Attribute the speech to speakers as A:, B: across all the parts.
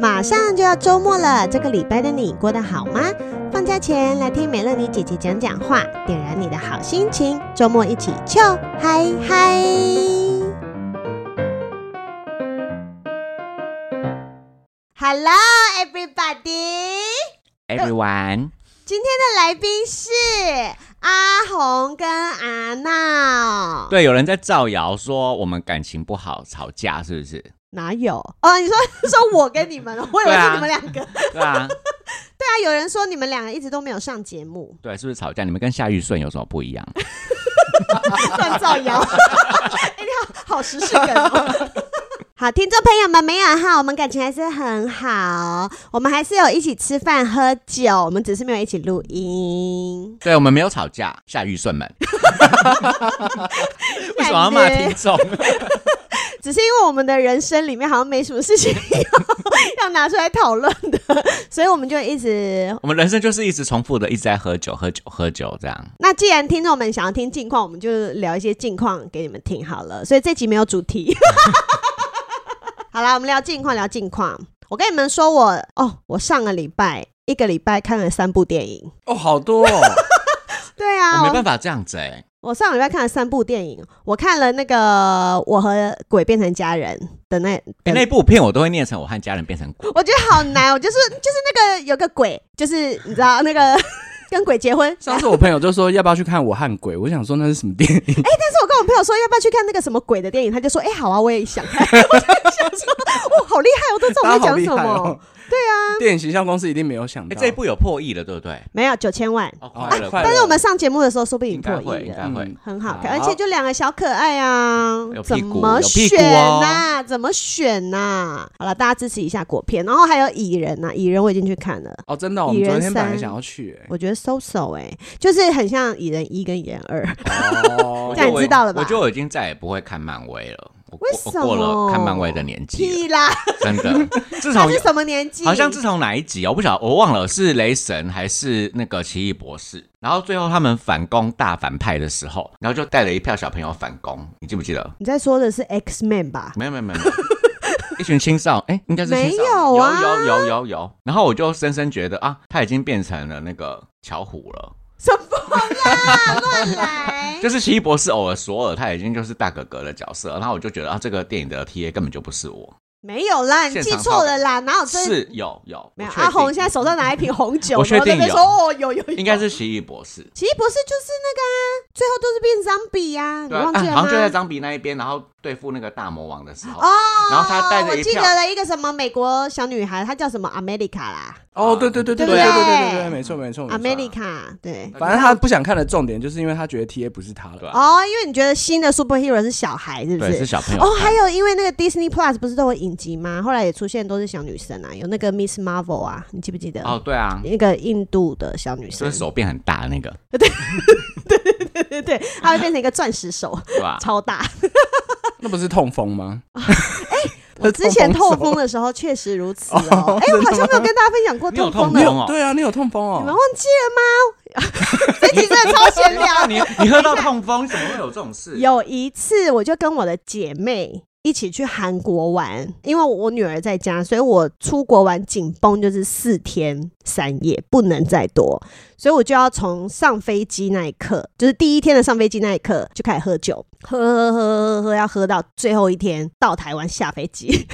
A: 马上就要周末了，这个礼拜的你过得好吗？放假前来听美乐妮姐姐讲讲话，点燃你的好心情，周末一起就嗨嗨！Hello, everybody！
B: Everyone，
A: 今天的来宾是阿红跟阿闹。
B: 对，有人在造谣说我们感情不好，吵架是不 是？
A: 哪有？哦，你说 说我跟你们哦，我以为
B: 对
A: 是
B: 啊
A: 你们两个。对
B: 对啊，
A: 啊，有人说你们两个一直都没有上节目，
B: 对，是不是吵架？你们跟夏玉顺有什么不一 样？
A: 乱造谣。 哎，你好，好时事梗哦。 好，听众朋友们，没有哈，我们感情还是很好，我们还是有一起吃饭喝酒，我们只是没有一起录音。
B: 对，我们没有吵架，夏玉 顺们。为什么要骂听众？
A: 只是因为我们的人生里面好像没什么事情要要 拿出来讨论的，所以我们就一直。
B: 我们人生就是一直重复的，一直在喝酒，喝酒，喝酒这样。
A: 那既然听众们想要听近况，我们就聊一些近况给你们听好了。所以这集没有主题。 好啦，我们聊近况，聊近况。我跟你们说我，哦，我上个礼拜一个礼拜看了三部电影。
B: 哦，好多、哦，
A: 对
B: 我
A: 啊，
B: 没
A: 我
B: 办法这样子哎、
A: 我上个礼拜看了三部电影。我看了那个《我和鬼变成家人》的那
C: 哎
A: 嗯
B: 欸那部片我都会念成我和家人变成鬼。
A: 我觉得好难哦，就是就是那个有个鬼，就是你知道那个 跟鬼结婚，
C: 上次我朋友就说要不要去看《我和鬼》，我想说那是什么电影？
A: 但是我跟我朋友说要不要去看那个什么鬼的电影，他就说哎、好啊，我也想看，我就想说哇好厉害，我都知道我 在
C: 大家好
A: 讲
C: 厉
A: 什
C: 害
A: 么，
C: 哦！ 对啊，电影形象公司一定没有想
B: 哎、
C: 到
B: 这一部有破亿了，对不对？
A: 没有九千万，
B: 哦，
C: 啊
B: 快了，
C: 快
B: 快了。
C: 了
A: 但是我们上节目的时候说不定
B: 应该
A: 破
B: 会，
A: 亿
B: 应该
A: 了。
B: 会。
C: 嗯
A: 很好看，
C: 好
A: 而且就两个小可爱啊
B: 有，屁
A: 怎
B: 股
A: 么
B: 有屁股
A: 选
B: 哦
A: 呐、怎么选呐、好了，大家支持一下果片，然后还有蚁人呐、蚁人我已经去看了，
C: 哦，真的哦，我们
A: 蚁人
C: 昨天本来
A: 三
C: 想要去、欸
A: 我觉得 so so 哎、就是很像蚁人一跟蚁人二，
C: 哎，哦
A: 这，样你知道了吧
B: 我就我已经再也不会看漫威了。我过
A: 为什么
B: 我过了看漫威的年纪
A: 屁啦，
B: 了，真的。自
A: 他
B: 从
A: 是什么年纪？
B: 好像自从哪一集啊我不晓得，我忘了是雷神还是那个奇异博士。然后最后他们反攻大反派的时候，然后就带了一票小朋友反攻，你记不记得？
A: 你在说的是 X Man 吧？
B: 没有没有没有。没有一群青少，哎、应该是青
A: 没
B: 少
A: 有啊
B: 有有有有有。然后我就深深觉得啊，他已经变成了那个巧虎了。
A: 什么啦，乱来！
B: 就是奇异博士偶尔索尔，他已经就是大哥哥的角色，然后我就觉得啊，这个电影的 T A 根本就不是我，
A: 没有啦，你
B: 现
A: 记
B: 场
A: 错了啦，哪有真？
B: 是有有
A: 哦没有
B: 我确定
A: 阿红现在手上拿一瓶红酒，
B: 我确
A: 然后在那
B: 定
A: 边
B: 有
A: 说哦，有有有，
B: 应该。是奇异博士，
A: 奇异博士就是那个啊，最后都是变 zombie 呀、啊，你
B: 对啊，
A: 忘记
B: 啊
A: 了
B: 好
A: 吗？
B: 像就在张比那一边，然后对付那个大魔王的时候，
A: 哦，
B: 然后他带着一
A: 我记
B: 票
A: 得了一个什么美国小女孩，她叫什么 America 啦
C: 哦，对对对
A: 对
C: 对
A: 不
C: 对
A: 对
C: 对
A: 啊
C: 对对对，没错没错没错。
A: ，America 对。
C: 反正他不想看的重点就是因为他觉得 T A 不是他了，
B: 对啊
A: 哦，因为你觉得新的 superhero 是小孩，是不
B: 对，是小朋友
A: 哦，还有因为那个 Disney Plus 不是都有影集吗？后来也出现都是小女生啊，有那个 Miss Marvel 啊，你记不记得？
B: 哦，对啊，
A: 一个印度的小女
B: 就
A: 生
B: 是，手变很大的那个，
A: 对 对，她会变成一个钻石手，
B: 对吧？
A: 超大。
C: 那不是痛风吗？
A: 啊 哎我之前
C: 痛
A: 痛
C: 风
A: 风的时候确实如此哦。哎，我好像没有跟大家分享过
B: 你有
A: 风
B: 痛
C: 你
A: 的，
B: 风哦
A: 你
C: 有对啊，你有痛风
A: 们
C: 哦
A: 忘，记了吗？这 集真的超闲聊。
B: 啊你你喝到痛风，怎么会有这种事？
A: 有一次，我就跟我的姐妹一起去韩国玩，因为我女儿在家，所以我出国玩紧绷就是四天三夜，不能再多，所以我就要从上飞机那一刻，就是第一天的上飞机那一刻就开始喝酒，喝喝喝喝喝喝，要喝到最后一天到台湾下飞机。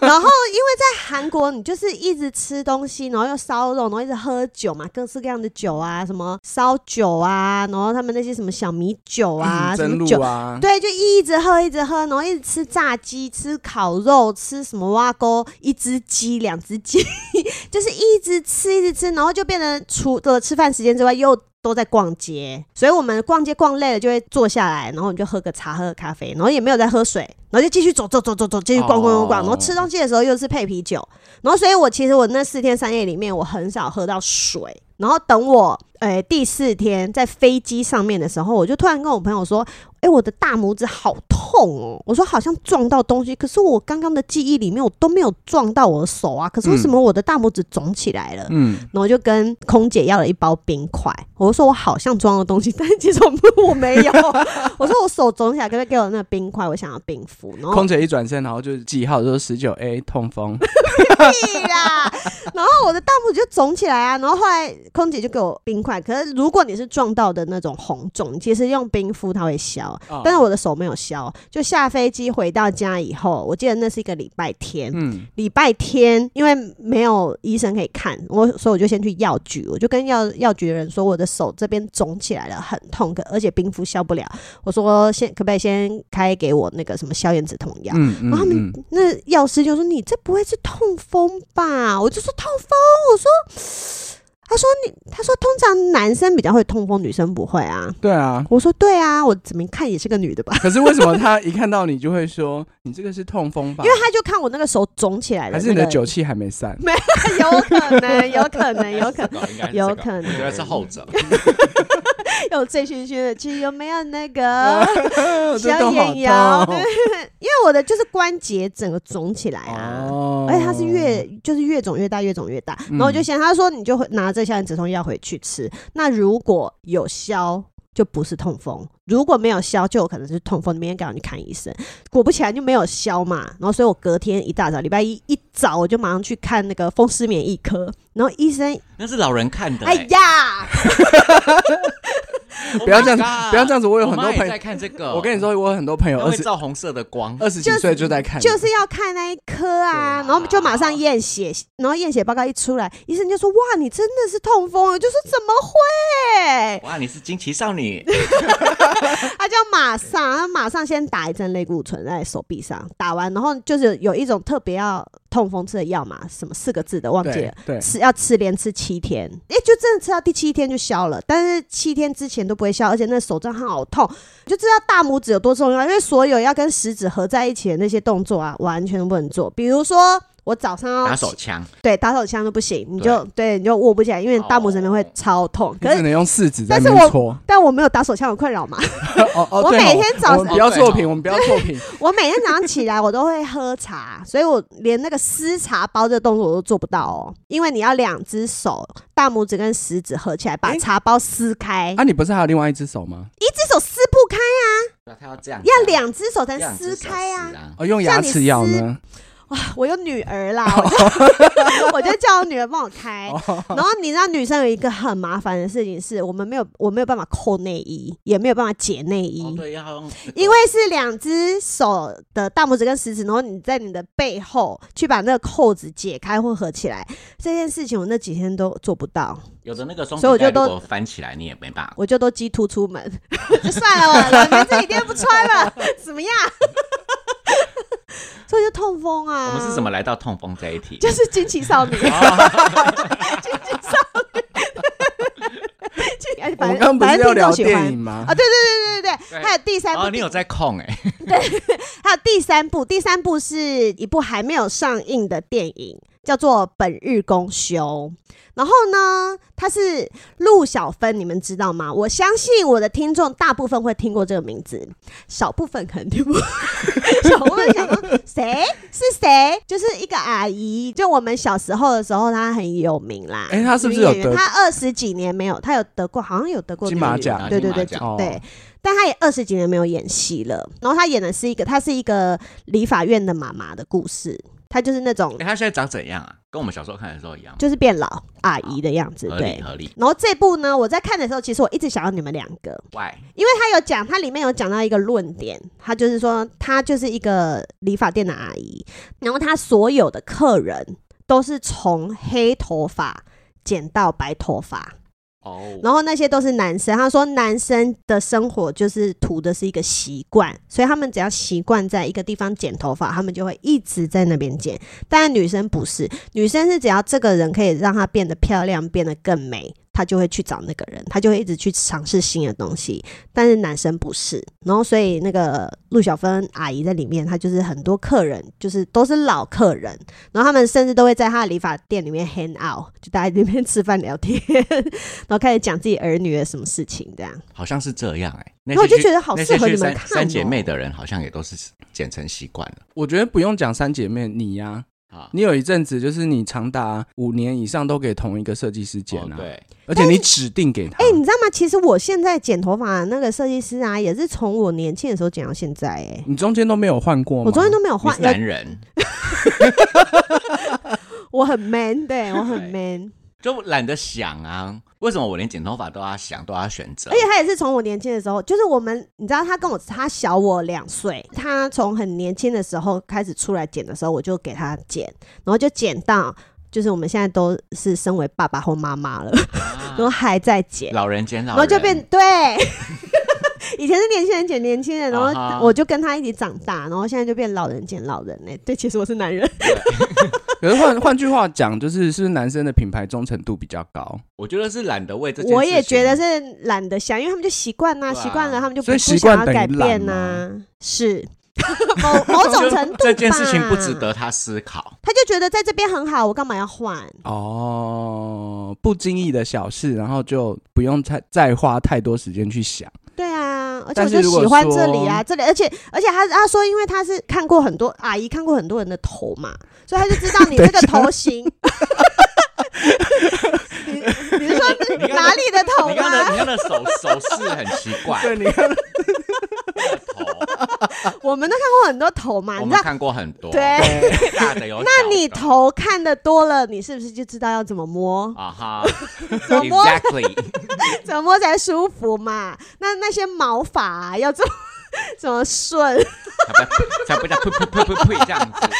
A: 然后，因为在韩国，你就是一直吃东西，然后又烧肉，然后一直喝酒嘛，各式各样的酒啊，什么烧酒啊，然后他们那些什么小米酒啊，什
C: 真
A: 么酒
C: 露啊，
A: 对，就一直喝，一直喝，然后一直吃炸鸡、吃烤肉、吃什么蛙沟，一只鸡、两只鸡、 就是一直吃，一直吃，然后就变得除了吃饭时间之外，又都在逛街。所以我们逛街逛累了，就会坐下来，然后你就喝个茶，喝个咖啡，然后也没有在喝水，然后就继续走走走走走，继续逛逛逛逛。
B: 哦
A: 然后吃东西的时候又是配啤酒，然后所以我其实我那四天三夜里面，我很少喝到水。然后等我，诶、第四天在飞机上面的时候，我就突然跟我朋友说，哎、我的大拇指好痛哦！我说好像撞到东西，可是我刚刚的记忆里面我都没有撞到我的手啊，可是为什么我的大拇指肿起来了？
C: 嗯，
A: 然后我就跟空姐要了一包冰块，我就说我好像撞到东西，但是其实我不我没有，我说我手肿起来，可不可以给我那个冰块？我想要冰敷。然后
C: 空姐一转身，然后就记号，就是十九 A 痛风，
A: 屁啦！啊 然后我的大拇指就肿起来啊，然后后来空姐就给我冰块。可是如果你是撞到的那种红肿，其实用冰敷它会消，
C: 哦
A: 但是我的手没有消。就下飞机回到家以后，我记得那是一个礼拜天，
C: 嗯，
A: 礼拜天，因为没有医生可以看，我所以我就先去药局，我就跟药药局的人说，我的手这边肿起来了，很痛，可而且冰敷消不了。我说先可不可以先开给我那个什么消炎止痛药？
C: 嗯嗯
A: 然后他们
C: 嗯
A: 那药师就说：“你这不会是痛风吧？”我就说：“痛风。”我说：“他说你，他说通常男生比较会痛风，女生不会啊。
C: 对啊”。
A: 我说：“对啊，我怎么看也是个女的吧
C: 可是为什么他一看到你就会说你这个是痛风？”吧？
A: 因为他就看我那个手肿起来了，
C: 还是你的
A: 那个
C: 酒气还没散，
A: 有可能，有可能，有可能。
B: 啊应该是这个
A: 有可能
B: 我觉得是后者。
A: 有醉醺醺的去，有没有那 个
C: 这
A: 小
C: 都好
A: 眼摇？
C: 痛哦
A: 对因为我的就是关节整个肿起来啊。
C: 哦
A: 而且它是越就是越肿越大，越肿越大。然后我就想，他说你就会拿这消炎止痛药回去吃。那如果有消，就不是痛风；如果没有消，就有可能是痛风。你明天赶快去看医生。果不其然就没有消嘛。然后所以我隔天一大早，礼拜一一早我就马上去看那个风湿免疫科。然后医生，
B: 那是老人看的、
A: 哎
B: 欸。
A: 呀，
B: Oh my
C: 不要这样子
B: God
C: 不要这样子我有很多
B: 妈也
C: 朋友
B: 在看这个。
C: 我跟你，说，我有很多朋友
B: 它
C: 二
B: 会
C: 十
B: 照红色的光。
A: 呃
C: 二十几岁就在看，
A: 就是要看那一科啊，
B: 对啊
A: 然后就马上验血，然后验血报告一出来，医生就说：“哇，你真的是痛风！”啊我就说：“怎么会
B: 哇，你是惊奇少女，？”
A: 他就要啊马上，他马上先打一针类固醇在手臂上，打完，然后就是有一种特别要痛风吃的药嘛，什么四个字的忘记
C: 对
A: 了。
C: 对，
A: 吃要吃连吃七天，哎、就真的吃到第七天就消了，但是七天之前都不会消，而且那手真的好痛，你就知道大拇指有多重要，因为所有要跟食指合在一起的那些动作啊，完全都不能做，比如说。我早上要
B: 打手枪，
A: 对打手枪都不行，你就对你就握不起来，因为大拇指那边会超痛。
C: 你
A: 可
C: 只
A: 是，
C: 能用四指在
A: 但是
C: 那边
A: 我
C: 搓。
A: 但我没有打手枪有困扰嘛。
C: 哦哦，
A: 我
C: 对哦
A: 每天早
C: 我们不要
B: 哦对哦
C: 错评，我们不要错评。
A: 我每天早上起来，我都会喝茶，所以我连那个撕茶包这个动作我都做不到哦，因为你要两只手，大拇指跟食指合起来把
C: 诶
A: 茶包撕开，
C: 啊，你不是还有另外一只手吗？
A: 一只手撕不开，
B: 那啊他要这样，
A: 要两只手才
B: 这样
A: 能
B: 子
A: 撕开啊
B: 手。指啊。
C: 哦，用牙齿咬呢？
A: 我有女儿啦，我就我就叫我女儿帮我开。然后你知道女生有一个很麻烦的事情是，我们没有我没有办法扣内衣，也没有办法解内衣。
B: 哦，对，要用这个
A: 因为是两只手的大拇指跟食指，然后你在你的背后去把那个扣子解开或合起来，这件事情我那几天都做不
C: 啊
A: 到，
B: 有的那个双
A: 所以我
B: 皮
A: 就
B: 带如
A: 都
B: 果翻起来，你也没办法。
A: 我就都鸡突出门， 就算了我了，反正这几天不穿了， 怎么样？所以就痛风啊！
B: 我们是怎么？来到痛风这一题？
A: 就是惊奇少女，惊奇少
B: 哦
A: 女。
C: 我
A: 哎反
C: 们
A: 正
C: 刚刚不
A: 反
C: 是
A: 正听众
C: 要聊
A: 喜
C: 电
A: 欢
C: 影吗
A: 啊，？对对对对对
B: 对
A: 还有第三部
B: 哦，你有在控哎、
A: 还有第三部，第三部是一部还没有上映的电影，叫做《本日公休》。然后呢，它是陆小芬，你们知道吗？我相信我的听众大部分会听过这个名字，少部分可能听不。 小部分想说谁是谁，就是一个阿姨，就我们小时候的时候，她很有名啦。
C: 哎，他是不是
A: 女
C: 有
A: 演员
C: 得？
A: 她二十几年没有，她有得过，好像有得过
C: 金马
A: 女演员
C: 奖
A: 对对对
B: 金马奖
C: 哦
A: 对，但她也二十几年没有演戏了。然后她演的是一个，她是一个理发院的妈妈的故事，她就是那种
B: 欸，他现在长怎样啊？跟我们小时候看的时候一样吗，
A: 就是变老阿姨的样子，
B: 哦合
A: 对
B: 理。合理。
A: 然后这部呢，我在看的时候，其实我一直想要你们两个，
B: Why？
A: 因为他有讲，他里面有讲到一个论点，他就是说，他就是一个理发店的阿姨，然后他所有的客人都是从黑头发剪到白头发，
B: 哦，
A: 然后那些都是男生，他说男生的生活就是图的是一个习惯，所以他们只要习惯在一个地方剪头发，他们就会一直在那边剪。但女生不是，女生是只要这个人可以让她变得漂亮，变得更美，她就会去找那个人，她就会一直去尝试新的东西。但是男生不是，然后所以那个陆小芬阿姨在里面，她就是很多客人，就是都是老客人，然后他们甚至都会在她的理发店里面 hang out，就大家在里面吃饭聊天。然后开始讲自己儿女的什么事情，这样
B: 好像是这样哎、欸。那
A: 那我
B: 些
A: 就
B: 去
A: 觉得好
B: 那
A: 适
B: 些
A: 合
B: 去
A: 你们
B: 三
A: 看
B: 三姐
A: 哦
B: 妹的人好像也都是剪成习惯了
C: 我觉得不用讲三姐妹，你呀、
B: 啊。
C: 你有一阵子就是你长达五年以上都给同一个设计师剪
B: 哦
C: 啊，
B: 对，
C: 而且你指定给他。
A: 哎、你知道吗？其实我现在剪头发的那个设计师啊，也是从我年轻的时候剪到现在、哎，
C: 你中间都没有换过吗？
A: 我中间都没有
B: 你
A: 换
B: 是，男人，
A: 有呃我很 man，对我很 man，
B: 就懒得想啊。为什么我连剪头发都要想，都要选择？啊
A: 而且他也是从我年轻的时候，就是我们，你知道他跟我他小我两岁，他从很年轻的时候开始出来剪的时候，我就给他剪，然后就剪到。就是我们现在都是身为爸爸或妈妈了，
B: 啊
A: 然后还在剪，
B: 老人剪老
A: 然
B: 人，
A: 后就变对。 以前是年轻人剪年轻人，然
B: 啊哈
A: 后我就跟他一起长大，然后现在就变老人剪老人呢、对，其实我是男人，
C: 可是换换句话讲，就是是不是男生的品牌忠诚度比较高，
B: 我觉得是懒得为这件事情。
A: 我也觉得是懒得想，因为他们就习惯呐，
B: 对啊
A: 习惯了，他们就不
C: 所以
A: 不
C: 习
A: 想
C: 惯
A: 要
C: 等于
A: 改变
C: 懒
A: 呐、
C: 吗
A: 是 某某种程度吧。
B: 这件事情不值，得他思考。
A: 他就觉得在这边很好，我干嘛要换？
C: 哦，不经意的小事，然后就不用太再花太多时间去想。
A: 对啊，而且
C: 但
A: 我
C: 是
A: 就
C: 如果
A: 喜欢这里啊，
C: 说
A: 这里，而且而且他他说，因为他是看过很多阿姨看过很多人的头嘛，所以他就知道你 这个头型。你你是说
B: 你刚
A: 哪里的头
B: 你看的
A: 吗？
B: 你看的手手势很奇怪，
C: 对，你 看，
B: 头
A: 我们都看过很多头嘛，
B: 我
A: 啊你知
B: 们
A: 道？
B: 看过啊很多，
A: 对，
B: 大的有小的。
A: 那你头看的多了，你是不是就知道要怎么摸？
B: 啊哈
A: 怎么
B: ，exactly，
A: 怎么摸才舒服嘛？那那些毛发、啊、要怎么怎么顺？
B: 才不才不叫呸呸呸呸呸这样
A: 哎
B: 子，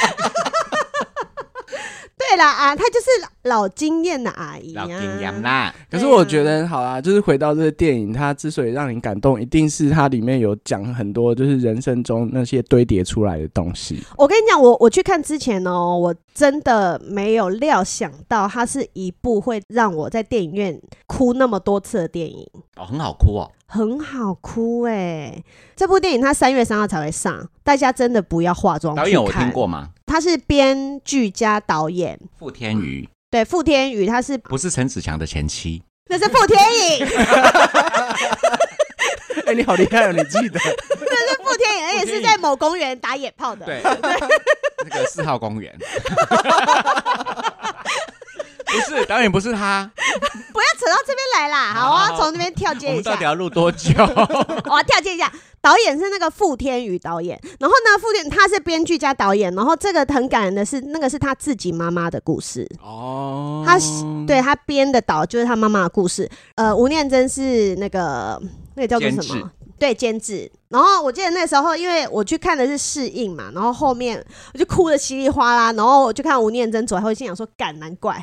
A: 对啦啊，她就是老经验的阿姨
B: 老
A: 啊。
B: 金娘啦，
C: 可是我觉得好啦，就是回到这个电影，它之所以让你感动，一定是它里面有讲很多，就是人生中那些堆叠出来的东西。
A: 我跟你讲，我我去看之前哦，我真的没有料想到它是一部会让我在电影院哭那么多次的电影，
B: 哦，很好哭哦，
A: 很好哭哎、这部电影它三月三号才会上，大家真的不要化妆
B: 导
A: 去
B: 演我
A: 看
B: 听。过吗？
A: 他是编剧加导演，
B: 傅天宇
A: 对，傅天宇他是
B: 不是陈子强的前妻，
A: 那是傅天宇，
C: 哎、你好厉害哦，你记得？
A: 那是傅天宇，而且是在某公园打野炮的。
B: 对，那个四号公园， 不是导演不是他，
A: 不要扯到这边来啦，好啊，
B: 好
A: 从那边跳
B: 我
A: 接一
B: 们
A: 下
B: 到底。要录多久？
A: 我哦要跳接一下，导演是那个傅天宇导演，然后呢，傅天他是编剧加导演，然后这个很感人的是，那个是他自己妈妈的故事，
C: 哦，
A: 他
B: 嗯
A: 对他编的导就是他妈妈的故事。呃，吴念真是那个那个叫做什
B: 监制
A: 么？对，监制。然后我记得那时候，因为我去看的是试映嘛，然后后面我就哭的稀里哗啦，然后我就看吴念真走来，我心想说，感难怪，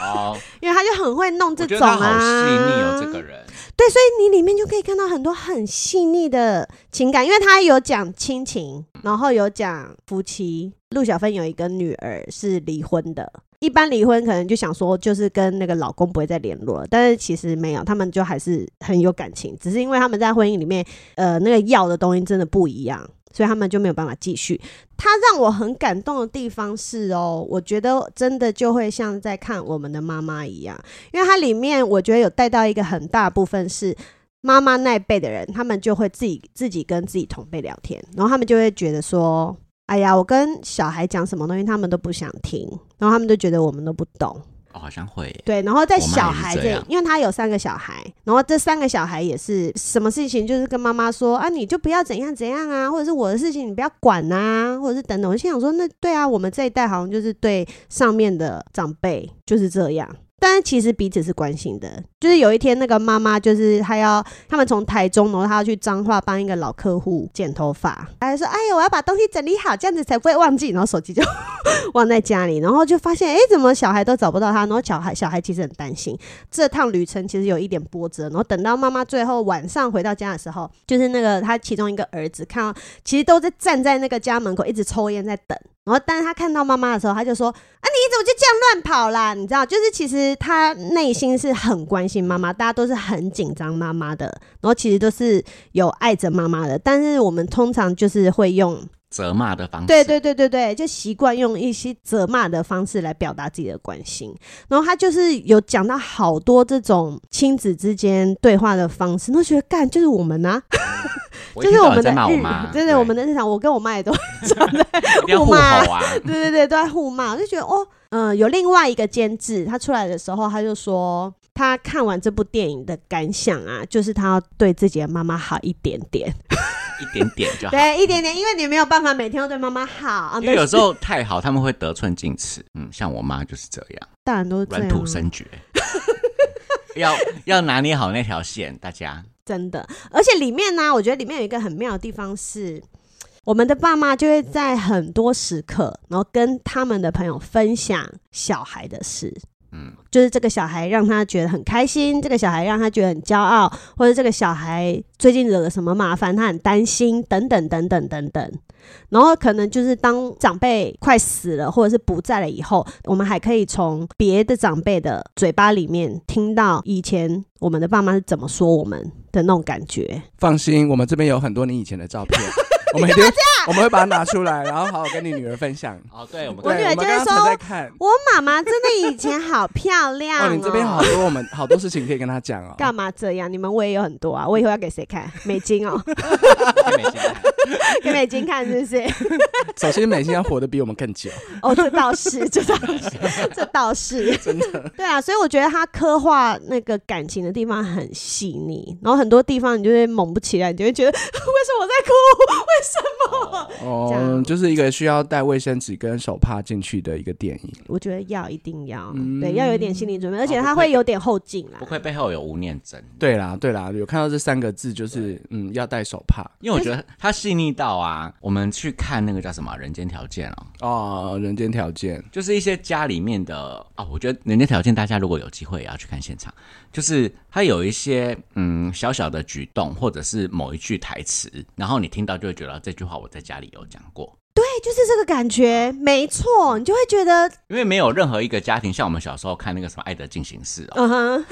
B: 哦，
A: 因为他就很会 弄这
B: 我觉
A: 种
B: 得他
A: 啊，
B: 好细腻哦，这个人，
A: 对，所以你里面就可以看到很多很细腻的情感，因为他有讲亲情，然后有讲夫妻。陆小芬有一个女儿是离婚的，一般离婚可能就想说就是跟那个老公不会再联络了，但是其实没有，他们就还是很有感情，只是因为他们在婚姻里面，呃，那个要的东西真的不一样。所以他们就没有办法继续。他让我很感动的地方是哦，我觉得真的就会像在看我们的妈妈一样，因为它里面我觉得有带到一个很大部分是妈妈那一辈的人，他们就会自己自己跟自己同辈聊天，然后他们就会觉得说，哎呀，我跟小孩讲什么东西，他们都不想听，然后他们就觉得我们都不懂，
B: 哦，好像会耶，
A: 对，然后在
B: 我妈也是
A: 小孩
B: 这
A: 这
B: 样，
A: 因为他有三个小孩，然后这三个小孩也是什么事情，就是跟妈妈说啊，你就不要怎样怎样啊，或者是我的事情你不要管啊，或者是等等。我就心想说，那对啊，我们这一代好像就是对上面的长辈就是这样。但是其实彼此是关心的。就是有一天，那个妈妈就是她要他们从台中，然后她要去彰化帮一个老客户剪头发，她还说：“哎呀，我要把东西整理好，这样子才不会忘记。”然后手机就 忘在家里，然后就发现哎、诶怎么小孩都找不到他？然后小孩小孩其实很担心。这趟旅程其实有一点波折，然后等到妈妈最后晚上回到家的时候，就是那个她其中一个儿子看到，其实都在站在那个家门口一直抽烟在等。然后，但是他看到妈妈的时候，他就说：“啊，你怎么就这样乱跑啦？”你知道，就是其实他内心是很关心妈妈，大家都是很紧张妈妈的，然后其实都是有爱着妈妈的。但是我们通常就是会用
B: 责骂的方式，
A: 对对对对对，就习惯用一些责骂的方式来表达自己的关心。然后他就是有讲到好多这种亲子之间对话的方式，都觉得干就是我们呐、
B: 我一
A: 就
B: 天
A: 是
B: 到
A: 我
B: 晚
A: 们的
B: 在骂我
A: 日
B: 妈，，
A: 对对，我们的日常，我跟我妈也都 常在
B: 一定要
A: 我
B: 护
A: 妈
B: 吼啊，
A: 对对对，都在互骂，我就觉得哦，嗯、有另外一个监制，他出来的时候，他就说他看完这部电影的感想啊，就是他要对自己的妈妈好一点点，
B: 一点点就好。
A: 对，一点点，因为你没有办法每天都对妈妈好啊，
B: 啊因为有时
A: 候
B: 候太好，他们会得寸进尺。嗯，像我妈就是这 样，
A: 大人都是这
B: 软
A: 样
B: 土
A: 啊，
B: 生绝， 要要拿捏好那条线，大家。
A: 真的，而且里面呢、我觉得里面有一个很妙的地方是。我们的爸妈就会在很多时刻，然后跟他们的朋友分享小孩的事，
B: 嗯，
A: 就是这个小孩让他觉得很开心，这个小孩让他觉得很骄傲，或者这个小孩最近惹了什么麻烦，他很担心，等等等等等等。然后可能就是当长辈快死了或者是不在了以后，我们还可以从别的长辈的嘴巴里面听到以前我们的爸妈是怎么说我们的那种感觉。
C: 放心，我们这边有很多你以前的照片，我们一定我们会把它拿出来，然后好好跟你女儿分享。
B: 哦，对，我们
A: 我
C: 对
A: 女儿
C: 们
A: 就会
C: 刚刚才
A: 说
C: 在看，
A: 我妈妈真的以前好漂亮、
C: 哦，你这边好。多我们好多事情可以跟她 讲哦。
A: 干嘛这样？你们我也有很多啊，我以后要给谁看？美金哦， 给美金看是不是？
C: 首先，美心要活得比我们更久，
A: 哦，这倒是，这倒是，这倒是，真的。对啊，所以我觉得他刻画那个感情的地方很细腻，然后很多地方你就会猛不起来，你就会觉得 为什么我在哭？为什么？ 这
C: 哦
A: 样，
C: 就是一个需要带卫生纸跟手帕进去的一个电影。
A: 我觉得要一定要，
C: 嗯
A: 对，要有点心理准备，而且
B: 哦
A: 他
B: 不愧
A: 会有点后劲啦
B: 不。愧背后有吴念真，
C: 对啦，对啦，有看到这三个字，就是嗯，要带手帕
B: 因为我觉得他细腻到啊，我们去看那个叫什么《人间条件》哦，
C: 哦，人间条件，
B: 就是一些家里面的啊、我觉得人家条件，大家如果有机会也要去看现场，就是他有一些嗯小小的举动，或者是某一句台词，然后你听到就会觉得这句话我在家里有讲过，
A: 对，哎就是这个感觉，没错，你就会觉得，
B: 因为没有任何一个家庭像我们小时候看那个什么《爱的进行式》哦，
A: 嗯哼，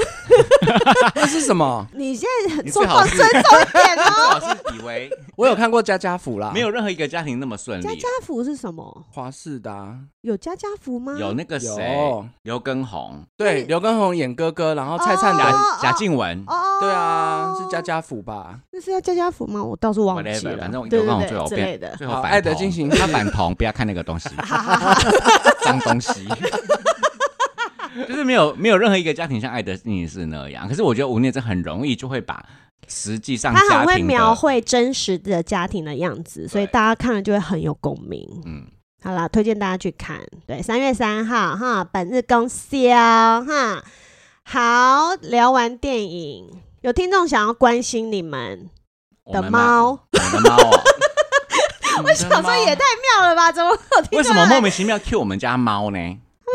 C: 那是什么？
A: 你现在很
B: 你
A: 重
B: 最
A: 放
B: 好是
A: 尊重一点哦。
B: 我是以为
C: 我有看过家家福啦，
B: 没有任何一个家庭那么顺
A: 家
B: 利
A: 家。福是什么？
C: 华氏的啊，
A: 有家家福吗？
B: 有那个谁
C: 有，
B: 刘畊宏、
C: 对，刘畊宏演哥哥，然后蔡灿
A: 哦
C: 雅，
B: 贾贾静雯，
A: 哦，
C: 对啊，是家，家福吧？
A: 那是要家家福吗？我倒是忘记
B: whatever，
A: 了，
B: 反正我
A: 对
B: 有
A: 对
B: 跟我
A: 对
B: 最后
A: 之类的
B: 变，。最后
C: 好
B: 反
C: 爱的
B: 同
C: 进行
B: 他反同，不要看那个东西， 脏东西。 就是没有没有任何一个家庭像爱的进行式那样，可是我觉得吴念真很容易就会把实际上
A: 他
B: 家
A: 很会
B: 庭的
A: 描绘真实的家庭的样子，所以大家看了就会很有共鸣。
B: 嗯，
A: 好啦，推荐大家去看。对，三月三号哈，本日公休哈。好，聊完电影，有听众想要关心你们，
B: 我
A: 的
B: 们
A: 猫
B: 嘛，我们的 猫哦。我
A: 想说也太妙了吧？怎么会有听众
B: 为什么
A: 来
B: 莫名其妙 Q 我们家猫呢？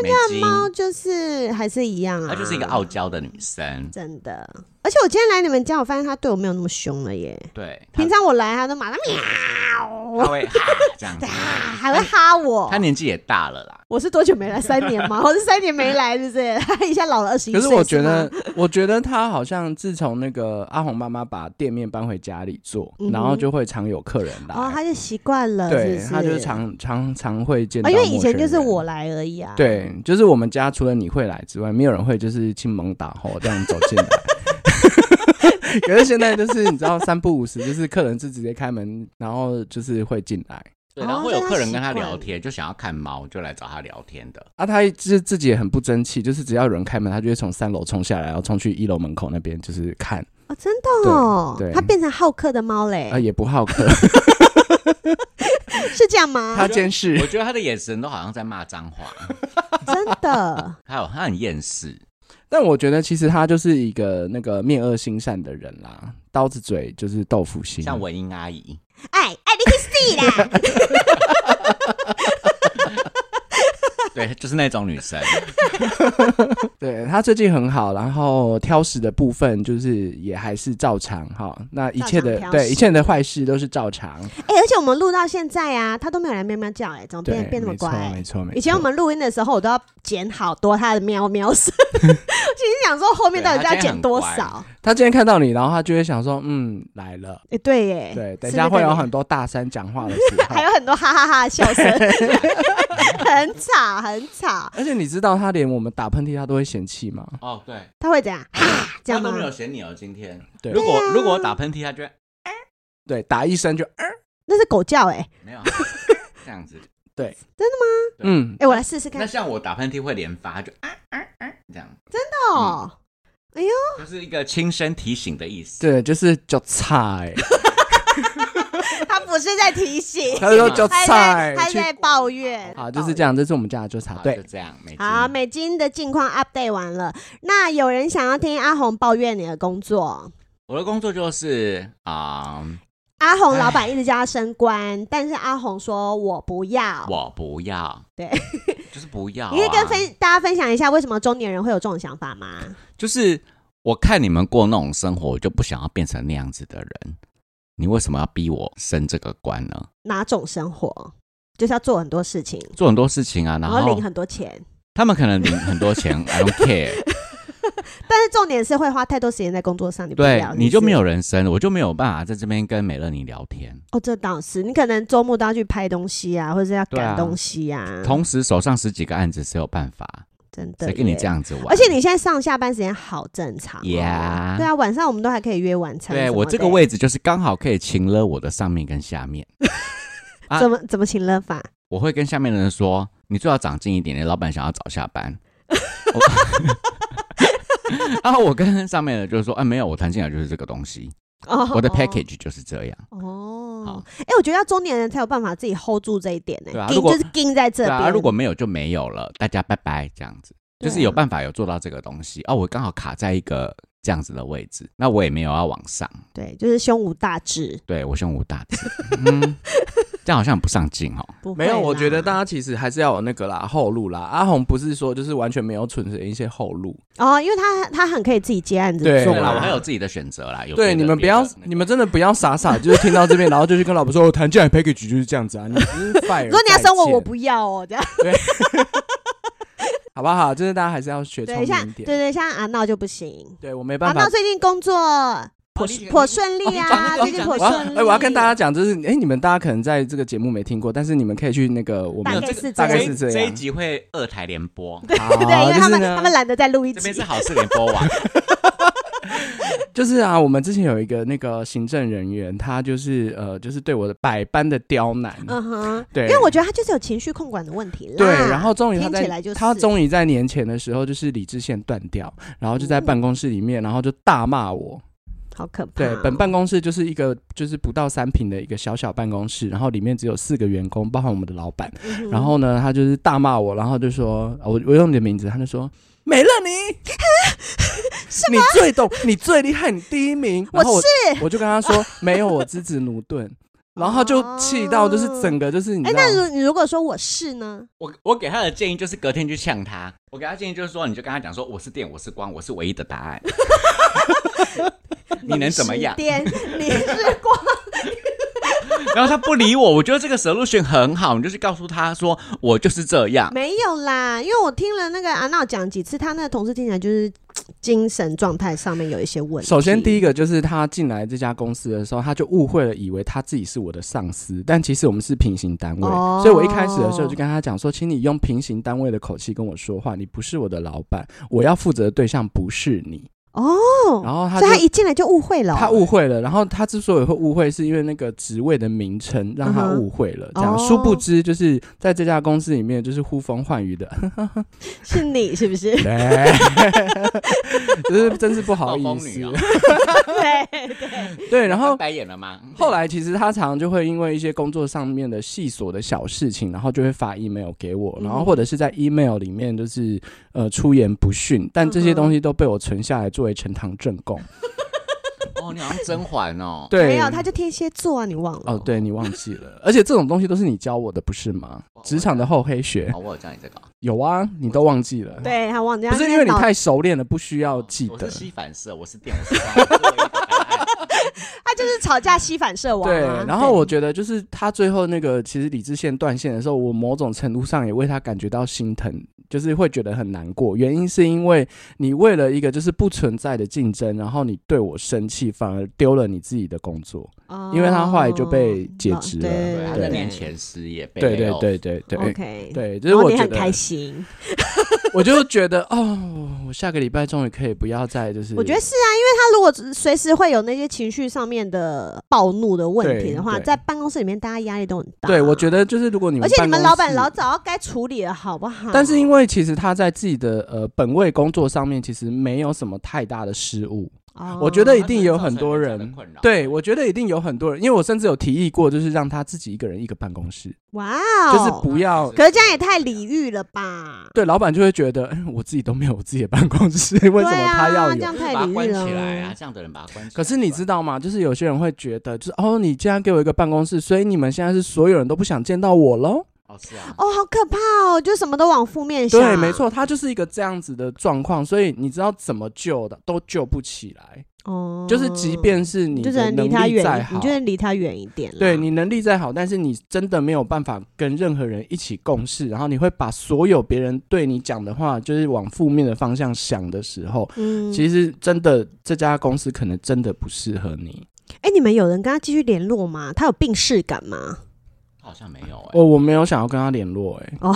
B: 美金，
A: 猫就是嗯还是一样啊？
B: 她嗯就是一个傲娇的女生，
A: 真的。而且我今天来你们家，我发现他对我没有那么凶了耶。
B: 对，她
A: 平常我来，他都马上喵，
B: 她 会哈这样子
A: 啊，，还会哈我
B: 她。年纪也大了啦，
A: 我是多久没来？三年 吗？我是三年没来，是不是？他一下老了二十一
C: 可
A: 岁。
C: 是我觉
A: 吗
C: 得，我觉得他好像自从那个阿红妈妈把店面搬回家里做，
A: 嗯哼
C: 然后就会常有客人来。啊
A: 哦，他就习惯了，是
C: 对，
A: 不是
C: 他就是常常常会见
A: 啊、
C: 到、
A: 因为以前就是我。来而已啊。，
C: 对，就是我们家除了你会来之外，没有人会就是亲蒙打吼这样走进来。 可是现在就是你知道三不五时，就是客人是直接开门，然后就是会进来。
B: 对，
A: 哦
B: 然后会
A: 所以
B: 有
A: 她
B: 客人跟
A: 习
B: 她聊
A: 惯
B: 天，就想要看猫，就来找她聊天的。
C: 啊，他就是自己也很不争气，就是只要有人开门，他就会从三楼冲下来，然后冲去一楼门口那边就是看，
A: 哦，真的哦
C: 对，对
A: 他变成好客的猫嘞、
C: 啊也不 好客，
A: 是这样吗
C: 他？监 视
B: 我。觉得他的眼神都好像在骂脏话，
A: 哦 真的，
B: 还有他很厌世，
C: 但我觉得其实他就是一个那个面恶心善的人啦，刀子嘴就是豆腐心。啊
B: 像文英阿姨，
A: 哎哎，你去死 啦！
B: 对，就是那种女生。
C: 对他最近很好，然后挑食的部分就是也还是照常哈。那一切的
A: 照常挑食
C: 对一切的坏事都是照常。
A: 哎、而且我们录到现在啊，他都没有来喵喵叫、哎，怎么
C: 对
A: 变，变那么
C: 没错
A: 乖、
C: 没错没错。
A: 以前我们录音的时候，我都要剪好多他的喵喵 声，我心里想说后面到底是要剪多
B: 对他今天
A: 少？
C: 他今天看到你，然后他就会想说，嗯，来了。
A: 哎、对耶，
C: 对，等一
A: 是
C: 下
A: 那个
C: 会有
A: 耶
C: 很多大声讲话的时候
A: 还。有很多哈哈哈的笑 声，很吵很吵。
C: 而且你知道他连我们打喷嚏他都会嫌弃吗？
B: 哦，对，
A: 他会怎样？哈，这
B: 她
A: 样
B: 都
A: 吗
B: 没？有嫌你哦。今天
C: 对
B: 如果如果我打喷嚏，她就会
C: 对，打一声就
A: 那是狗叫哎、
B: 没 有啊这样子。
C: 对，
A: 真
B: 的吗？
C: 嗯
A: 哎、，我来试试看
B: 那。像我打喷嚏会连发，就啊啊啊这样，
A: 哦，
B: 就是一个轻声提醒的意思。
C: 对，就是叫 菜，
B: 嗯
A: 他不是在提醒，
C: 他说叫
A: 他在
C: 菜，
A: 他
C: 去
A: 在抱怨。
C: 好，就是这样，这是我们家的纠察
B: 好
C: 队
B: 就。这样，没
A: 好，
B: 劲
A: 美金的近况 update 完了。那有人想要听阿红抱怨你的工作？
B: 我的工作就是啊、
A: 阿红老板一直叫他升官，但是阿红说我不要。
B: 我不要，
A: 对，
B: 就是不要、啊。
A: 你可以跟分大家分享一下为什么中年人会有这种想法吗？
B: 就是我看你们过那种生活，我就不想要变成那样子的人。你为什么要逼我升这个官呢？
A: 哪种生活？就是要做很多事情，
B: 做很多事情啊，然
A: 然后
B: 后
A: 领很多钱，
B: 他们可能领 很多钱，I don't care。
A: 但是重点是会花太多时间在工作 上，你不
B: 对
A: 要，是不是
B: 你就没有人生，我就没有办法在这边跟美乐你聊天。
A: 哦，这倒是，你可能周末都要去拍东西啊，或者是要
B: 对啊
A: 赶东西啊，
B: 同时手上十几个案子，谁有办法？
A: 真的
B: 谁跟你
A: 耶
B: 这样子玩？
A: 而且你现在上下班时间好正常、哦。
B: Yeah
A: 对啊，晚上我们都还可以约晚餐什么
B: 对
A: 的。
B: 我这个位置就是刚好可以擒了我的上面跟下面。啊
A: 怎么怎么请了法？
B: 我会跟下面的人说，你最好长进一点点，老板想要早下班。 我然后我跟上面的就是说，哎，没有，我谈进来就是这个东西，
A: 哦
B: 我的 package 就是这样。
A: 哦
B: 好。
A: 哎、我觉得要中年人才有办法自己 hold 住这一点呢、
B: 对啊
A: 盯
B: 如果
A: 就是盯在这
B: 对
A: 边、
B: 啊，如果没有就没有了，大家拜拜这样子，
A: 对啊
B: 就是有办法有做到这个东西。哦，我刚好卡在一个这样子的位置，那我也没有要往上，
A: 对，就是胸无大志，
B: 对我胸无大志，嗯，这样好像不上进哦。
A: 不会
C: 没有，我觉得大
A: 当
C: 家其实还是要有那个啦，后路啦。阿红不是说就是完全没有存着一些后路，
A: 哦，因为他他很可以自己接案子
C: 对
A: 做
B: 对啦，
A: 啊
B: 我还有自己的选择啦。有别
C: 对
B: 的
C: 你们不
B: 别的
C: 要
B: 那，个
C: 你们真的不要傻傻，就是听到这边，然后就去跟老婆说，我哦谈进来 package 就是这样子啊，你只 是 fire，
A: 如果你要生我，
C: 再见
A: 我不要哦，这样
C: 好不好？就是大家还是要学聪
A: 对，
C: 明
A: 像
C: 一
A: 对
C: 点。
A: 对，像阿闹就不行。
C: 对我没
A: 阿
C: 办
A: 闹
C: 法。
A: 最近工作颇
B: 你
A: 颇顺利
B: 哦你
A: 啊，
B: 讲
A: 最近颇
C: 我要
A: 顺利。
C: 哎，我要跟大家讲，就是哎，你们大家可能在这个节目没听过，但是你们可以去那个我
A: 大
C: 们
A: 概是
C: 大概
A: 这
C: 是这
B: 这一
C: 样。
B: 集会二台联播，
C: 好
A: 对，因为他们
C: 哦啊就是呢
A: 他们懒得再录一
B: 这边
A: 集
B: 是。好事联播 网。
C: 就是啊，我们之前有一个那个行政人员，他就是呃，就是对我的百般的刁难。
A: 嗯哼，
C: 对
A: 因为我觉得他就是有情绪控管的问题啦。
C: 对，然后终于他
A: 听起来
C: 在
A: 就是
C: 他终于在年前的时候，就是理智线断掉，然后
A: 嗯
C: 就在办公室里面，然后就大骂我。
A: 好可怕
C: 对
A: 哦、，
C: 本办公室就是一个就是不到三平的一个小小办公室，然后里面只有四个员工，包含我们的老板。
A: 嗯哼
C: 然后呢，他就是大骂我，然后就说，啊我我用你的名字，他就说美乐你， 你最懂，你最厉害，你第一名。
A: 我
C: 然后我
A: 是，
C: 我就跟他说没有，我支持奴顿。然后他就气到就是整个就是你
A: 哎、
C: 知道，
A: 那如你如果说我是呢？
B: 我我给他的建议就是隔天去呛他，我给他建议就是说，你就跟他讲说，我是电，我是光，我是唯一的答案。 你能怎么样
A: 是？电你是光，
B: 然后他不理我，我觉得这个 solution 很好，你就去告诉他说，我就是这样。
A: 没有啦，因为我听了那个阿闹讲几次，他那个同事听起来就是精神状态上面有一些问题。
C: 首先第一
A: 个，
C: 个就是他进来这家公司的时候，他就误会了，以为他自己是我的上司，但其实我们是平行单位，
A: 哦
C: 所以我一开始的时候就跟他讲说，请你用平行单位的口气跟我说话，你不是我的老板，我要负责的对象不是你。
A: 哦，
C: 然后他
A: 所以他
C: 就
A: 一进来就误会了哦、
C: 他误会了，然后他之所以会误会，是因为那个职位的名称让他
A: 嗯哼
C: 误会了。这样，
A: 哦
C: 殊不知就是在这家公司里面就是呼风 唤雨的，
A: 是你是不 是？
C: 对， 就是真是不好意思。
B: 哦、
A: 对
C: 对，然后
B: 翻白眼了吗？
C: 后来其实他常常就会因为一些工作上面的细琐的小事情，然后就会发 email 给我，
A: 嗯
C: 然后或者是在 email 里面就是呃出言不逊，但这
A: 嗯
C: 些东西都被我存下来作为呈堂证供。
B: 哦，你好像甄嬛哦。
C: 对，
A: 没有，他就天蝎座啊，你忘了？
C: 哦，对你忘记了，而且这种东西都是你教我的，不是吗
B: 我？
C: 职
A: 啊
C: 场的厚黑学
B: 哦，我有教你这个哦，
C: 有啊，你都忘记了。，
A: 对他忘记，
C: 不是
A: 他
C: 因为你
A: 脑哦
C: 太熟练了，不需要记
B: 我
C: 得
B: 是。吸反射，我是电，我是光我作为一个答案
A: 他就是吵架吸反射王、啊。
C: 对，然后
A: 对
C: 我觉得就是他最后那个，其实理智线断线的时候，我某种程度上也为他感觉到心疼，就是会觉得很难过。原因是因为你为了一个就是不存在的竞争，然后你对我生气，反而丢了你自己的工作。因为他后来就被解职了
B: 对，他
A: 哦对
B: 在年前失业被
C: 对对
B: layoff
C: 对对对
A: OK，，
C: 对，就是
A: 然后
C: 我
A: 你
C: 觉
A: 很
C: 得，
A: 开心，
C: 我就觉得哦，我下个礼拜终于可以不要再就是，
A: 我觉得是啊，因为他如果随时会有那些情绪上面的暴怒的问题
C: 对
A: 的话，
C: 对
A: 在办公室里面大家压力都很大。
C: 对，我觉得就是如果你们
A: 而且你们
C: 办公
A: 老板
C: 室
A: 老早要啊该处理了，好不好？
C: 但是因为其实他在自己的呃本位工作上面，其实没有什么太大的失误。
A: 哦
C: 我觉得一定有很多
B: 他真的
C: 人
B: 造成人家的困扰，
C: 对我觉得一定有很多人，因为我甚至有提议过，就是让他自己一个人一个办公室，
A: 哇
C: 就是
A: 哦，
C: 不要。
A: 可是这样也太礼遇了吧？
C: 对，老板就会觉得，嗯我自己都没有我自己的办公室，
A: 对
C: 为什么他要
A: 啊，这
C: 有？
A: 样
B: 就是
A: 太
B: 把它
A: 礼
B: 关
A: 遇了。
B: 起来啊，这样的人把它关起来。
C: 可是你知道吗？就是有些人会觉得，就是哦，你既然给我一个办公室，所以你们现在是所有人都不想见到我喽？
B: 哦，是啊，
A: 哦，好可怕哦！就什么都往负面想。
C: 对，没。错，他就是一个这样子的状况，所以你知道怎么救的都救不起来。
A: 哦，
C: 就是即便是
A: 你
C: 你
A: 就只
C: 的
A: 能
C: 能
A: 离他
C: 力再
A: 远一，
C: 好
A: 你，就能离他远一点啦。
C: 对你能力再好，但是你真的没有办法跟任何人一起共事，然后你会把所有别人对你讲的话，就是往负面的方向想的时候，
A: 嗯，
C: 其实真的这家公司可能真的不适合你。
A: 哎、你们有人跟他继续联络吗？他有病逝感 吗？
B: 他好像没有哎。
C: 哦我我没有想要跟他联络、欸，哎，
A: 哦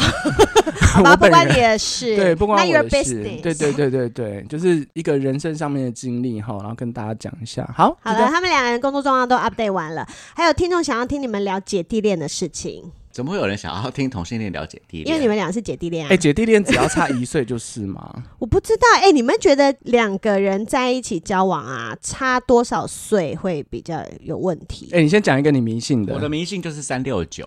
A: 好吧，
C: 我
A: 不
C: 本
A: 关
C: 人
A: 你的事。
C: 对，不关
A: 那 your
C: 我的事
A: business。，
C: 对对对对对，就是一个人生上面的经历哈，然后跟大家讲一下。好，
A: 好
C: 就这
A: 了，
C: 样，
A: 他们两个人工作状况都 update 完了，还有听众想要听你们聊姐弟恋的事情，
B: 怎么会有人想要听同性恋了解弟恋？
A: 因为你们俩是姐弟恋、啊。
C: 哎，姐弟恋只要差一岁就是 嘛，
A: 我不知道，哎、你们觉得两个人在一起交往啊，差多少岁会比较有问题？
C: 哎，你先讲一个你迷信的，
B: 我的迷信就是三六 九，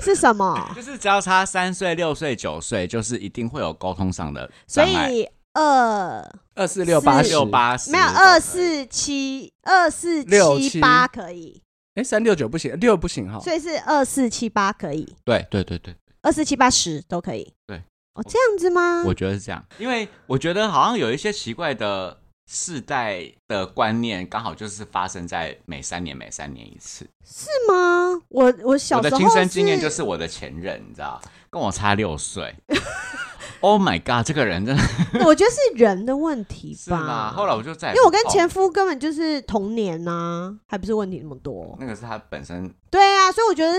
A: 是什么？
B: 就是只要差三岁、六岁、九岁，就是一定会有沟通上的
A: 所
B: 障碍。
A: 以呃二
C: 二哦四六八
A: 四
C: 十
B: 六八十
A: 没有
B: 都可以
A: 二，四七二四
C: 六
A: 七
C: 七
A: 八可以，
C: 哎，三六九不行，六不行哈。
A: 所以是二四七八可以。
B: 对对对对，
A: 二四七八十都可以。
B: 对，
A: 哦，这样子吗？
B: 我觉得是这样，因为我觉得好像有一些奇怪的世代的观念，刚好就是发生在每三年、每三年一次。
A: 是吗？我我小
B: 我
A: 时
B: 的
A: 候
B: 亲身经验就是是我的前任，你知道，跟我差六岁。Oh my god，这个人真的
A: 我觉得是人的问题
B: 是
A: 吧
B: 吗？。后来我就在，
A: 因为我跟
B: 哦
A: 前夫根本就是同年呐、还不是问题那么多。
B: 那个是他本身
A: 对啊，所以我觉得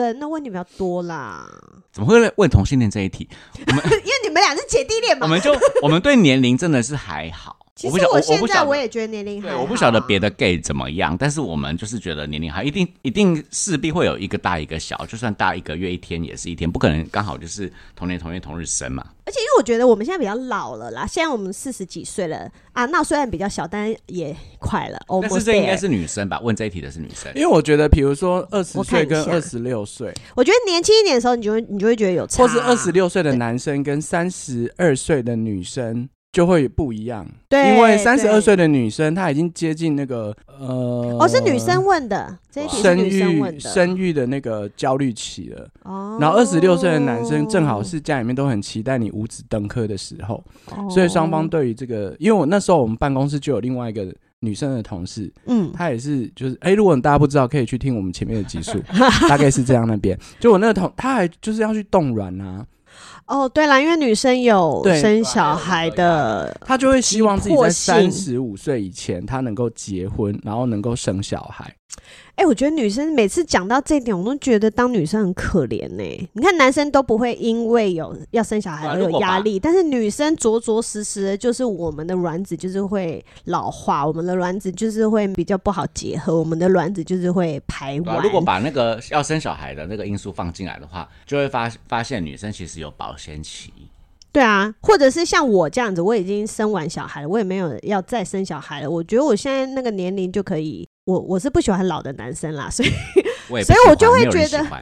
A: 人的问题比较多啦，
B: 怎么会问同性恋这一题？
A: 因为你们俩是姐弟恋
B: 我
A: 嘛。
B: 们就我们对年龄真的是还好。
A: 其
B: 不
A: 实
B: 晓我
A: 现
B: 不晓
A: 在
B: 得
A: 我也觉得年龄还
B: 对，
A: 好啊
B: 我不晓得别的 gay 怎么样，但是我们就是觉得年龄还一定一定势必会有一个大一个小，就算大一个月一天也是一天，不可能刚好就是同年同月同日生嘛。
A: 而且因为我觉得我们现在比较老了啦，现在我们四十几岁了啊，那虽然比较小，但也快了。
B: 但是
A: almost
B: 这应该
A: there。
B: 是女生吧？问这一题的是女生
C: 因。为我觉得，比如说二十
A: 我看
C: 岁
A: 一下
C: 跟二十六岁，
A: 我觉得年轻一点的时候，你就会你就会觉得有差，啊
C: 或是二十六岁的男生跟三十二岁的女生就会不一样，
A: 对，
C: 因为三十
A: 对
C: 二岁的女生她已经接近那个呃，
A: 哦，是女生问的，这一题是
C: 生
A: 女生问
C: 育
A: 的。
C: 生育的那个焦虑期了。
A: 哦
C: 然后二十六岁的男生正好，是家里面都很期待你五子登科的时候，
A: 哦
C: 所以双方对于这个，因为我那时候我们办公室就有另外一个女生的同事，
A: 嗯，
C: 他也是，就是哎、如果大家不知道，可以去听我们前面的集数， 大概是这样。那边就我那个同，他还就是要去冻卵啊，
A: 哦，对啦，因为女生有
C: 对
A: 生小孩的，
C: 他就会希望自己在
A: 急迫性
C: 三十五岁以前，他能够结婚，然后能够生小孩。
A: 哎、我觉得女生每次讲到这一点，我都觉得当女生很可怜呢、你看男生都不会因为有要生小孩
B: 啊
A: 而
B: 如
A: 有
B: 果
A: 压
B: 吧
A: 力，但是女生着着实实的，就是我们的卵子就是会老化，我们的卵子就是会比较不好结合，我们的卵子就是会排
B: 对啊
A: 完。
B: 如果把那个要生小孩的那个因素放进来的话，就会发发现女生其实有保鲜期。
A: 对啊，或者是像我这样子，我已经生完小孩了，我也没有要再生小孩了。我觉得我现在那个年龄就可以，我我是不喜欢老的男生啦，所以
B: 我也不
A: 所以
B: 喜
A: 我就
B: 欢
A: 会
B: 没有人
A: 觉得
B: 喜欢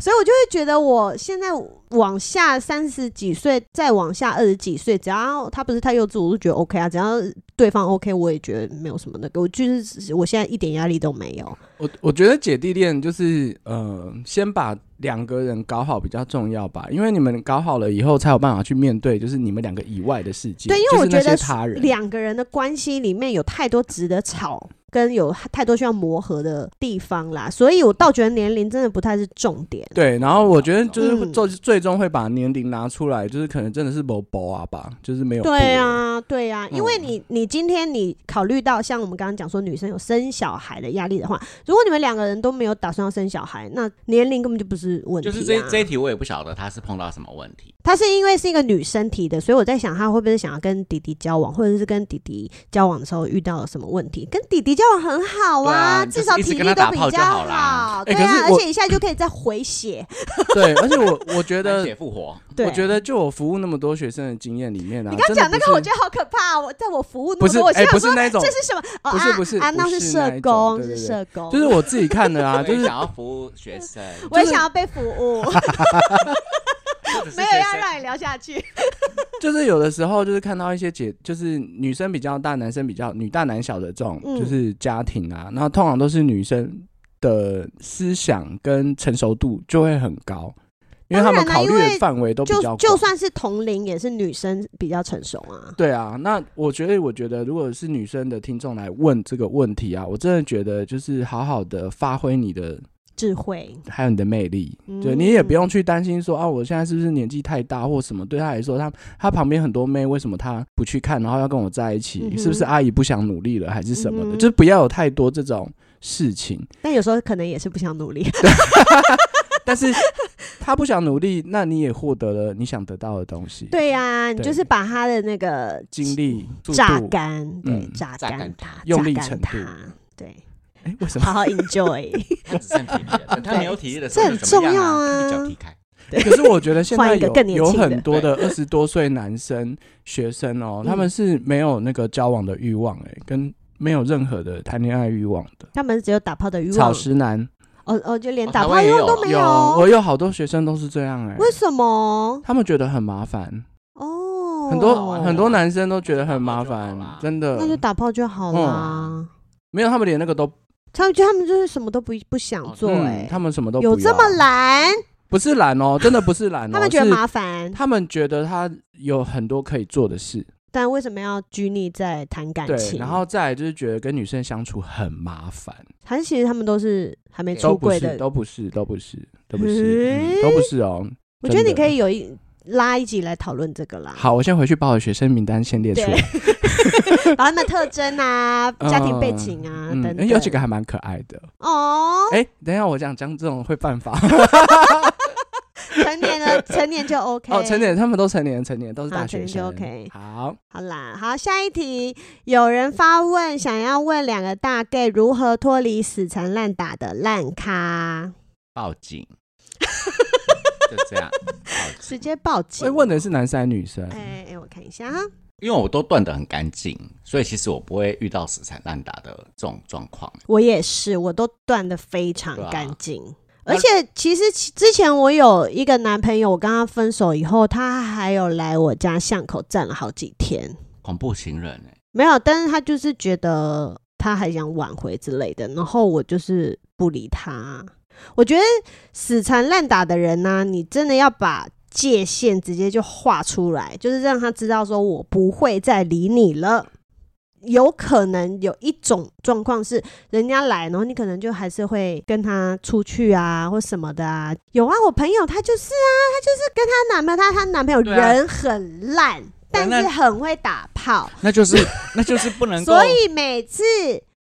A: 所以我就会觉得我现在往下三十几岁，再往下二十几岁，只要他不是太幼稚，我就觉得 OK 啊，只要对方 OK，我也觉得没有什么的。我就是我现在一点压力都没有。
C: 我我觉得姐弟恋就是呃，先把两个人搞好比较重要吧，因为你们搞好了以后，才有办法去面对就是你们两个以外的世界，
A: 对，因为我
C: 就是
A: 觉得
C: 那些他人。
A: 两个人的关系里面有太多值得吵，跟有太多需要磨合的地方啦，所以我倒觉得年龄真的不太是重点。
C: 对，然后我觉得就是会
A: 嗯
C: 最、最终会把年龄拿出来，就是可能真的是某薄啊吧，就是没有
A: 对
C: 呀、
A: 啊，对啊，因为你你今天你考虑到像我们刚刚讲说女生有生小孩的压力的话，如果你们两个人都没有打算要生小孩，那年龄根本就不是问题、
B: 就
A: 啊。
B: 是这这一题我也不晓得他是碰到什么问题。
A: 她是因为是一个女生提的，所以我在想她会不会想要跟弟弟交往，或者是跟弟弟交往的时候遇到了什么问题？跟弟弟交往很好啊，
B: 对啊
A: 至少
B: 就
A: 体
B: 是一直
A: 力
B: 跟他
A: 都
B: 打
A: 比
B: 炮就
A: 较
B: 好啦
A: 对
C: 哎可
A: 啊，
C: 是
A: 而
C: 我
A: 且一下就可以再回血。
C: 对，而且我我觉
B: 而
C: 得
B: 且复活，
A: 对，
C: 我觉得就我服务那么多学生的经验里面啊，
A: 你刚刚
C: 真的
A: 讲那
C: 不
A: 个，我
C: 是
A: 觉得好可怕、哦。我在我服务那
C: 不
A: 么
C: 是
A: 多，我
C: 哎、
A: 心想
C: 不是
A: 说
C: 那种
A: 这，是什么？哦、
C: 不是不是
A: 啊，安娜
C: 不
A: 是
C: 是
A: 社
C: 那一种
A: 工，
C: 对对
A: 是
C: 对
A: 社工，
C: 就是我自己看 的啊，
B: 我
C: 就
B: 也
C: 是
B: 想要服务学生，
A: 我也
C: 就是
A: 想要被服 务，
B: 或者是
A: 没有
B: 学
A: 要
B: 生
A: 让你聊下去。
C: 就是有的时候就是看到一些姐，就是女生比较大，男生比较女大男小的这种，
A: 嗯
C: 就是家庭啊，然后通常都是女生的思想跟成熟度就会很高，因为他们
A: 当然啦啊
C: 考虑
A: 因
C: 的
A: 为
C: 范围都比较
A: 就
C: 广
A: 就算是同龄，也是女生比较成熟啊。
C: 对啊，那我觉得，我觉得如果是女生的听众来问这个问题啊，我真的觉得就是好好的发挥你的，
A: 智慧，
C: 还有你的魅力，
A: 嗯
C: 对你也不用去担心说啊，我现在是不是年纪太大或什么？对他来说，他他旁边很多妹，为什么他不去看，然后要跟我在一起？
A: 嗯哼
C: 是不是阿姨不想努力了，还是什么
A: 嗯
C: 的？
A: 哼
C: 就是不要有太多这种事情。
A: 但有时候可能也是不想努力。
C: 但是 他不想努力，那你也获得了你想得到的东西，
A: 对呀、你
C: 对
A: 就是把他的那个
C: 精力、速
A: 榨
C: 度。
A: 干，对，
C: 嗯
A: 榨
B: 榨
A: 干
B: 干
A: 他，
C: 用力
A: 榨干
C: 程度
A: 他，对，
C: 哎，为什么？
A: 好好 enjoy。
B: 他只剩体力了，等他没有体力的时
A: 这
B: 候
A: 很
B: 就怎么
A: 重
B: 样
A: 要啊
B: 啊？就脚踢开，
C: 可是我觉得现在
A: 换一个
C: 有
A: 更年
C: 有
A: 轻的
C: 很多的二十多岁男生学生
A: 嗯
C: 哦，他们是没有那个交往的欲望、哎，跟没有任何的谈恋爱欲望的。
A: 他们只有打炮的欲
C: 草
A: 望，
C: 食男
A: 哦哦，就连
B: 哦
A: 打
B: 台
A: 炮
B: 湾
A: 欲
B: 也
A: 望
B: 有
A: 都
B: 啊
A: 没
C: 我有好多学生都是这样、哎，
A: 哦为什么？
C: 他们觉得很麻烦，
A: 哦，
C: 很多、
B: 哦
C: 很多男生都觉得很麻
B: 打炮
C: 烦
B: 就好啦，
C: 真
A: 那就
C: 的
A: 打炮就好
C: 嗯
A: 啦。
C: 没有，他们连那个都
A: 他们就他们就是什么都不不想
B: 哦
A: 做、
C: 嗯
A: 哎、
C: 他们什么都不
A: 有这
C: 要
A: 么？懒？
C: 不是懒 哦，真的不是懒哦，
A: 他们觉得
C: 是
A: 麻烦，
C: 他们觉得他有很多可以做的事，
A: 但为什么要拘泥在谈感
C: 对，
A: 情？
C: 然后再来就是觉得跟女生相处很麻烦，
A: 还是其实他们都是还没哎
B: 都
A: 出
C: 都不
A: 柜
C: 是，
A: 的。
C: 都不是，都不是，都不是，
A: 诶
C: 嗯都不是哦。
A: 我觉得你
C: 真的
A: 可以有一拉一集来讨论这个啦，
C: 好，我先回去把我学生名单先列出
A: 对啊
C: 来。，
A: 把他们的特征啊、
C: 嗯
A: 家庭背景啊
C: 嗯，
A: 等
C: 诶
A: 等。
C: 有几个还蛮可爱的。
A: 哦，
C: 哎，等一下，我讲讲这种会犯法
A: 成年了， 成年就 OK。
C: 哦。成年，他们都成年，成年都是
A: 好
C: 大学生
A: 成。年就 OK
C: 好，
A: 好啦，好，下一题，有人发问，想要问两个大 gay 如何脱离死缠烂打的烂咖，
B: 报警， 就这样，报
A: 直
B: 警。
A: 接报警。
C: 所以问的是男生还是女生？
A: 哎哎，我看一下哈，
B: 因为我都断得很干净，所以其实我不会遇到死缠烂打的这种状况。
A: 我也是，我都断的非常
B: 对啊
A: 干净。
B: 那
A: 而且其实其之前我有一个男朋友，我跟他分手以后，他还有来我家巷口站了好几天，
B: 恐怖情人哎、
A: 没有，但是他就是觉得他还想挽回之类的，然后我就是不理他。我觉得死缠烂打的人呢、你真的要把界限直接就画出来，就是让他知道说我不会再理你了。有可能有一种状况是，人家来，然后你可能就还是会跟他出去啊，或什么的啊。有啊，我朋友她就是啊，她就是跟她男朋友，她她男朋友
B: 对啊
A: 人很烂，但
B: 那
A: 是很会打炮，
B: 那就是那就是不能够
A: 所以每次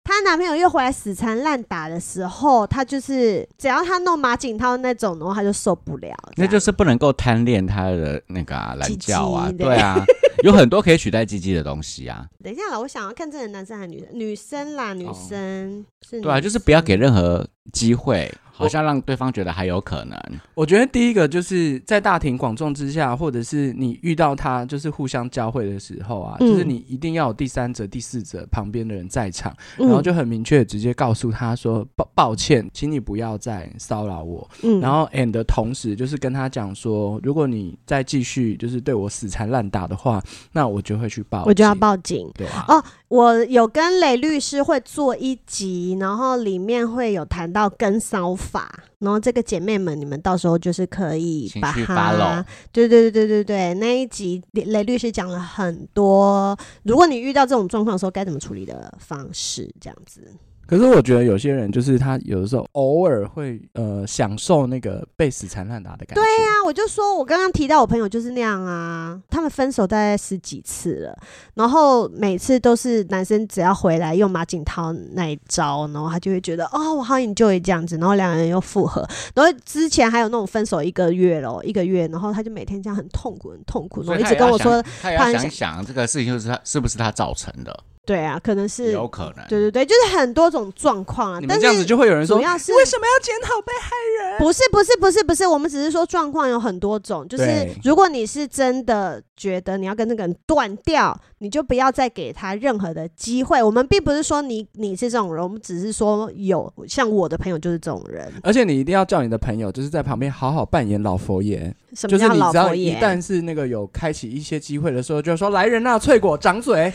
A: 她男朋友又回来死缠烂打的时候，她就是只要她弄马景涛那种，然后她就受不了。
B: 那就是是不能够贪恋他的那个啊懒、觉啊，
A: 鸡鸡的
B: 对啊，有很多可以取代鸡鸡的东西啊，
A: 等一下啦，我想要看这个男生还是女生？女生啦，女生、是
B: 对啊，
A: 女
B: 就是不要给
A: 生
B: 任何机会，好像让对方觉得还有可能。
C: 我觉得第一个就是在大庭广众之下，或者是你遇到他就是互相交汇的时候啊，
A: 嗯
C: 就是你一定要有第三者、第四者旁边的人在场，
A: 嗯
C: 然后就很明确地直接告诉他说抱抱歉，请你不要再骚扰我。
A: 嗯
C: 然后 and 的同时就是跟他讲说，如果你再继续就是对我死缠烂打的话，那我就会去报，
A: 我就要，报警。
C: 对啊，
A: 哦我有跟雷律师会做一集，然后里面会有谈到跟骚法，然后这个姐妹们，你们到时候就是可以
B: 请
A: 把
B: 去 follow
A: 它，对对对对对对，那一集雷雷律师讲了很多，如果你遇到这种状况的时候该怎么处理的方式，这样子。
C: 可是我觉得有些人就是他有的时候偶尔会呃享受那个被死缠烂打的感觉。对呀、
A: 啊那我就说，我刚刚提到我朋友就是那样啊，他们分手大概十几次了，然后每次都是男生只要回来用马景涛那一招，然后他就会觉得哦，我好 enjoy 这样子，然后两人又复合，然后之前还有那种分手一个月咯，一个月，然后他就每天这样很痛苦，很痛苦，然
B: 所
A: 后
B: 以
A: 一
B: 他
A: 直
B: 也
A: 跟
B: 要
A: 我
B: 想
A: 说，，
B: 他也
A: 他
B: 要
A: 很
B: 想
A: 想
B: 想这个事情就是他是不是他造成的，
A: 对啊，可能是，
B: 有可能。
A: 对对对，就是很多种状况啊
C: 你，们
A: 但
C: 这样子
A: 是
C: 就会有人说
A: 主，要是
C: 为什么要检讨被害？
A: 不是不是不是不是，我们只是说状况有很多种，就是
C: 对
A: 如果你是真的觉得你要跟那个人断掉，你就不要再给他任何的机会。我们并不是说你你是这种人，我们只是说有像我的朋友就是这种人。
C: 而且你一定要叫你的朋友，就是在旁边好好扮演老佛爷，
A: 什
C: 就
A: 么
C: 是
A: 叫
C: 你
A: 老
C: 只要
A: 佛
C: 一
A: 爷？
C: 旦是那个有开启一些机会的时候，就说来人啊，翠果掌 嘴，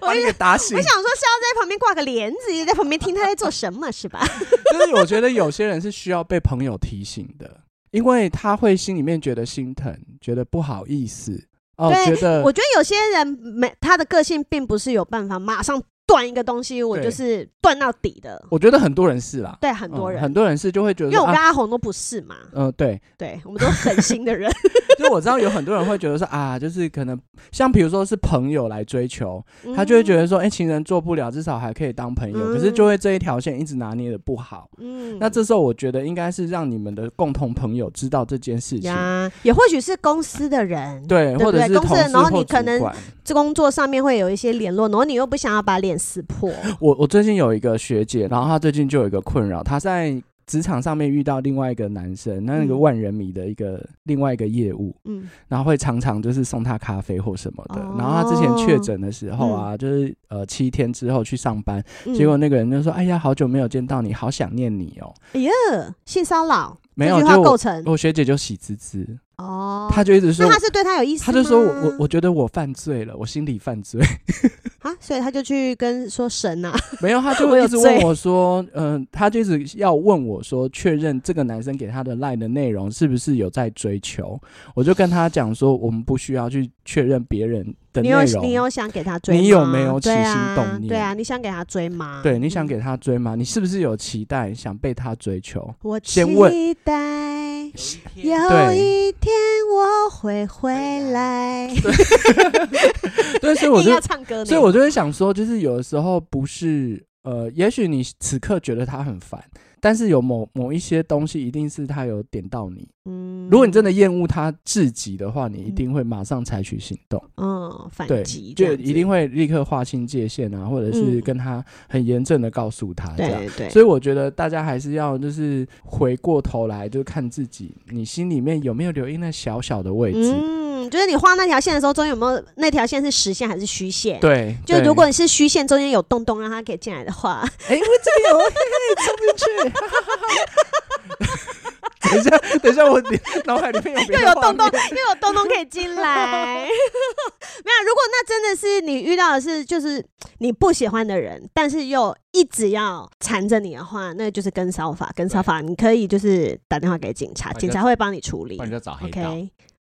C: 把你给打醒
A: 我。想说是要在旁边挂个帘子，也在旁边听他在做什么，是吧？
C: 但是我觉得有些人是需要被朋友提醒的，因为他会心里面觉得心疼，觉得不好意思，哦，
A: 对
C: 觉得
A: 我觉得有些人没他的个性并不是有办法马上断一个东西，我
C: 对
A: 就是断到底的。
C: 我觉得很多人是啦，
A: 对很多
C: 嗯
A: 人，
C: 很多人是就会觉得
A: 因
C: 说，
A: 为我跟
C: 啊
A: 阿红都不是嘛，
C: 嗯、对，
A: 对我们都是狠心的人。
C: 就我知道有很多人会觉得说啊， 就是可能像比如说是朋友来追求，
A: 嗯
C: 他就会觉得说，哎、情人做不了，至少还可以当朋友。可是就会这一条线一直拿捏的不好。
A: 嗯，嗯
C: 那这时候我觉得应该是让你们的共同朋友知道这件事情，
A: 呀，也或许是公司的人，
C: 对，
A: 对不
C: 或者
A: 对
C: 是
A: 公司
C: 同
A: 人
C: 事
A: 然后
C: 或
A: 你可
C: 主
A: 能
C: 管。
A: 这工作上面会有一些联络，然后你又不想要把脸撕 破，
C: 我我最近有一个学姐，然后她最近就有一个困扰，她在职场上面遇到另外一个男生，那那个
A: 嗯
C: 万人迷的一个、另外一个业务，
A: 嗯，
C: 然后会常常就是送她咖啡或什么的。
A: 哦
C: 然后她之前确诊的时候啊，就是呃七天之后去上班，
A: 嗯
C: 结果那个人就说：“哎呀，好久没有见到你，好想念你哦。”
A: 哎呀，性骚扰
C: 没有
A: 这句
C: 就
A: 话构成
C: 我学姐就喜滋滋，
A: 哦，
C: 她就一直说
A: 那，他是对他有意思吗，
C: 她就说我我我觉得我犯罪了，我心里 犯罪。
A: 啊，所以他就去跟说神啊，
C: 没有，她就
A: 我有
C: 一直问
A: 罪
C: 我说，嗯、她就一直要问我说，确认这个男生给她的赖的内容是不是有在追求？我就跟她讲说，我们不需要去确认别人的
A: 你
C: 内
A: 有
C: 容。
A: 你有想给他追吗，
C: 你有没有起
A: 对
C: 心
A: 啊
C: 动念
A: 对啊，你想给他追吗？
C: 对，你
A: 嗯
C: 想给他追吗？你是不是有期待想被他 追求？
A: 我
C: 先问
A: 期待
B: 对
A: 有一天我会回 来，
C: 对，所以我
A: 硬
C: 就
A: 要唱歌呢，
C: 所以我就会想说，就是有的时候不是呃，也许你此刻觉得他很烦，但是有某某一些东西一定是他有点到你。
A: 嗯
C: 如果你真的厌恶他至极的话，你一定会马上采取行动，
A: 嗯反
C: 对，
A: 击，
C: 就一定会立刻划清界限啊，或者是
A: 嗯
C: 跟他很严正的告诉他这样。
A: 对对。
C: 所以我觉得大家还是要就是回过头来，就看自己，你心里面有没有留意那小小的位置？
A: 嗯，就是你画那条线的时候，中间有没有那条线是实线还是虚线？，
C: 对，
A: 就
C: 对
A: 如果你是虚线，中间有洞洞让它可以进来的 话，
C: 哎、我这边有，嘿嘿，冲进去。 等一下，等一下，我脑海里面有别
A: 又
C: 的
A: 有
C: 画
A: 洞
C: 面
A: 洞，又有洞洞可以进来。没有，如果那真的是你遇到的是就是你不喜欢的人，但是又一直要缠着你的话，那就是跟骚法。跟骚法，你可以就是打电话给警
C: 哦
A: 察，
B: 那就
A: 警察会帮你处理
B: 不。然就找黑道。
A: OK。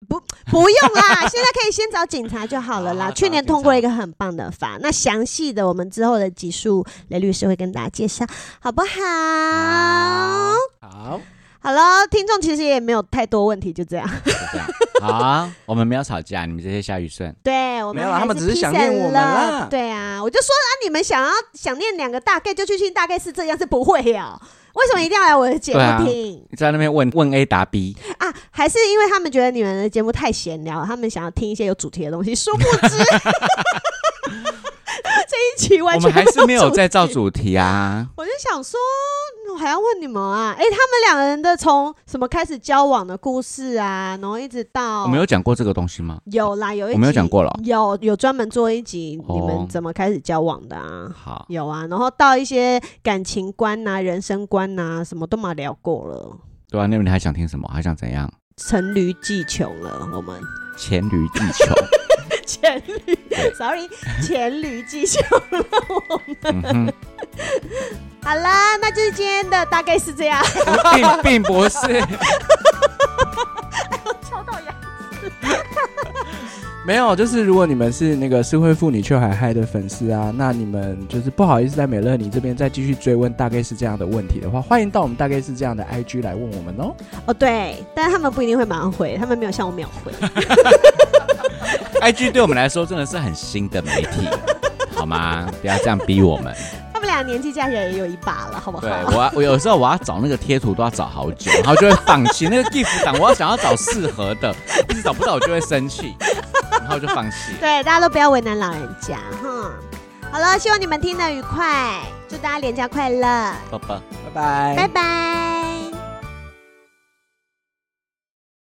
A: 不，不用啦，现在可以先找警察就好了
B: 好
A: 啦。
C: 啊
B: 好
A: 去年
B: 找警察
A: 通过一个很棒的法，那详细的我们之后的集数，雷律师会跟大家介绍，好不好？
B: 好
A: 好
C: 好，
A: 了，听众其实也没有太多问题，就这样。
B: 就这样，好啊，我们没有吵架，你们这些下雨顺。
A: 对，我
C: 没
A: 们
C: 有啦
A: 还
C: 他们只是
A: peace
C: 想念
A: and
C: 我们啦
A: love 对啊，我就说啊，你们想要想念两个大概就去听大概是这样，是不会呀、为什么一定要来我的节
B: 对啊
A: 目听
B: 你在那边问问 A 答 B，
A: 啊还是因为他们觉得你们的节目太闲聊，他们想要听一些有主题的东西。殊不 知，这一期 完
B: 我
A: 全
B: 们还是没有
A: 主
B: 在
A: 题
B: 照主题啊。
A: 我就想说，我还要问你们啊？哎、他们两个人的从什么开始交往的故事啊，然后一直到
B: 我们有讲过这个东西吗？
A: 有啦，有一集
B: 我没有讲过了哦
A: 有有专门做一集
B: 哦
A: 你们怎么开始交往的啊？
B: 好，
A: 有啊，然后到一些感情观呐、人生观呐、什么都嘛聊过了，
B: 对啊，那你还想听什么？还想怎样？
A: 黔驴技穷了，我们
B: 黔驴技穷。
A: 黔驴
B: 对
A: ，sorry，黔驴技穷。
B: 嗯哼，
A: 好啦，那就是今天的大概是这 样，
B: 并并不是，
A: 敲到牙。
C: 没有，就是如果你们是那个失婚妇女却还嗨的粉丝啊，那你们就是不好意思在美乐你这边再继续追问大概是这样的问题的话，欢迎到我们大概是这样的 IG 来问我们哦。
A: 哦，对，但他们不一定会马上回，他们没有像我秒 回。
B: IG 对我们来说真的是很新的媒体，好吗？不要这样逼我们。
A: 他们俩年纪加起来也有一把了，好不好？
B: 对我要，我有时候我要找那个贴图都要找好久， 然后就会放弃那个 GIF 档。我要想要找适合的，一直找不到，我就会生气，然后就放弃。
A: 对大家都不要为难老人家哈。好了，希望你们听得愉快，祝大家连假快乐，
B: 啵啵。
C: 拜拜
A: 拜拜。